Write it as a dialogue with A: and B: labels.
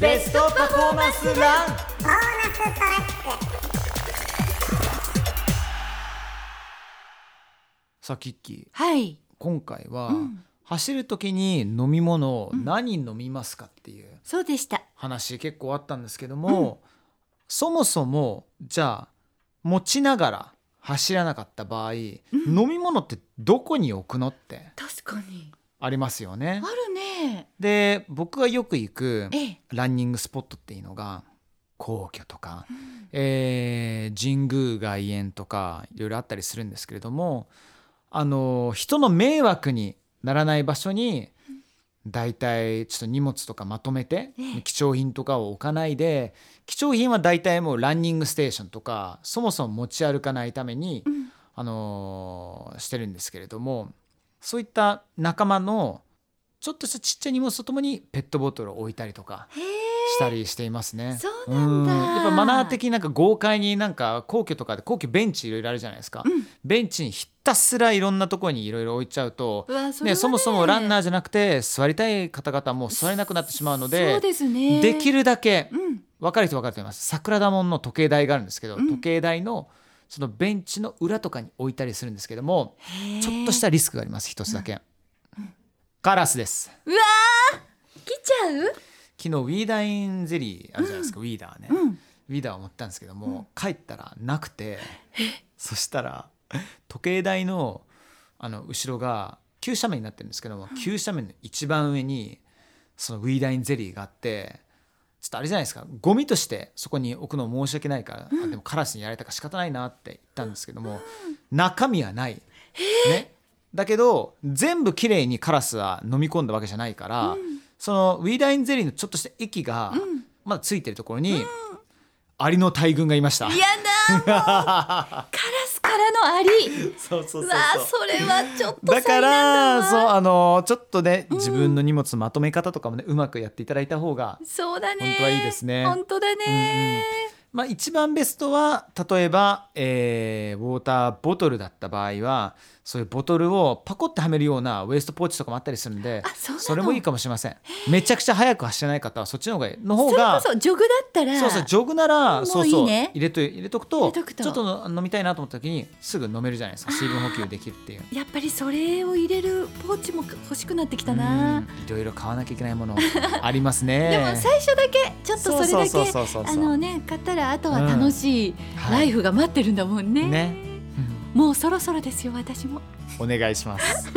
A: ベストパフォーマンスラン
B: ボーナストラック
A: さあキッキー
C: はい
A: 今回は、
C: うん
A: 走る時に飲み物を何飲みますかっていう
C: そうでした
A: 話結構あったんですけども、そもそもじゃあ持ちながら走らなかった場合、飲み物ってどこに置くのって
C: 確かに
A: ありますよね
C: あ。るね
A: で僕がよく行く
C: ええ
A: ランニングスポットっていうのが皇居とか、えー神宮外苑とかいろいろあったりするんですけれどもあの人の迷惑にならない場所にだいたいちょっと荷物とかまとめて
C: ええ
A: 貴重品とかを置かないで貴重品はだいたいもうランニングステーションとかそもそも持ち歩かないために、
C: うん
A: あのーしてるんですけれどもそういった仲間のちょっとしたちっちゃい荷物とともにペットボトルを置いたりとか
C: へ
A: したりしていますね。
C: そうなんだ
A: やっぱマナー的になんか豪快になんか皇居とかで皇居ベンチいろいろあるじゃないですか、
C: うん
A: ベンチにひたすらいろんなところにいろいろ置いちゃうと
C: えわそれはね
A: ねそもそもランナーじゃなくて座りたい方々も座れなくなってしまうので
C: そうですね
A: でき
C: る
A: るだけ
C: うん
A: 分かる人分かると思います桜田門の時計台があるんですけど、
C: うん
A: 時計台のそのベンチの裏とかに置いたりするんですけどもちょっとしたたリスクがあります一つだけ、カラスです
C: うわー来ちゃう
A: 昨日ウィーダーインゼリーあるじゃないですか、ウィーダーね、
C: うん
A: ウィーダーを持ったんですけども、帰ったらなくてそしたら時計台のあの後ろが急斜面になってるんですけども、急斜面の一番上にそのウィーダーインゼリーがあってちょっとあれじゃないですかゴミとしてそこに置くの申し訳ないから、あでもカラスにやられたから仕方ないなって言ったんですけども、中身はない。ね、だけど全部きれいにカラスは飲み込んだわけじゃないから、そのウィーダーインゼリーのちょっとした液がまだついてるところに、アリの大群がいました。
C: やだーもうカラスからのアリ
A: そうそうそう
C: う
A: そう
C: わーそれはちょっと
A: だか
C: 災難
A: ら
C: だ
A: そう
C: わ
A: あのちょっとね自分の荷物まとめ方とかもねうまくやっていただいた方が、
C: そうだね
A: 本当はいいですね
C: 本当だね
A: まあ、一番ベストは例えば、えーウォーターボトルだった場合はそういうボトルをパコってはめるようなウエストポーチとかもあったりするんで
C: あそうなの
A: れもいいかもしれませんめちゃくちゃ速く走れない方はそっちの方がいいの方
C: それ
A: が
C: こそジョグだったら
A: そうそうジョグなら
C: もう
A: そうそう
C: いいね
A: 入れと入れとくと
C: 入れとくと
A: ちょっと飲みたいなと思った時にすぐ飲めるじゃないですか水分補給できるっていう。
C: やっぱりそれを入れるポーチも欲しくなってきた
A: う
C: なん
A: いろいろ買わなきゃいけないものありますね。
C: でも最初だけちょっとそれだけ
A: そうそうそうそうそう
C: あのね買ったらあとは楽しい
A: はい
C: ライフが待ってるんだもんね,、
A: ね、
C: もうそろそろですよ私も
A: うんお願いします。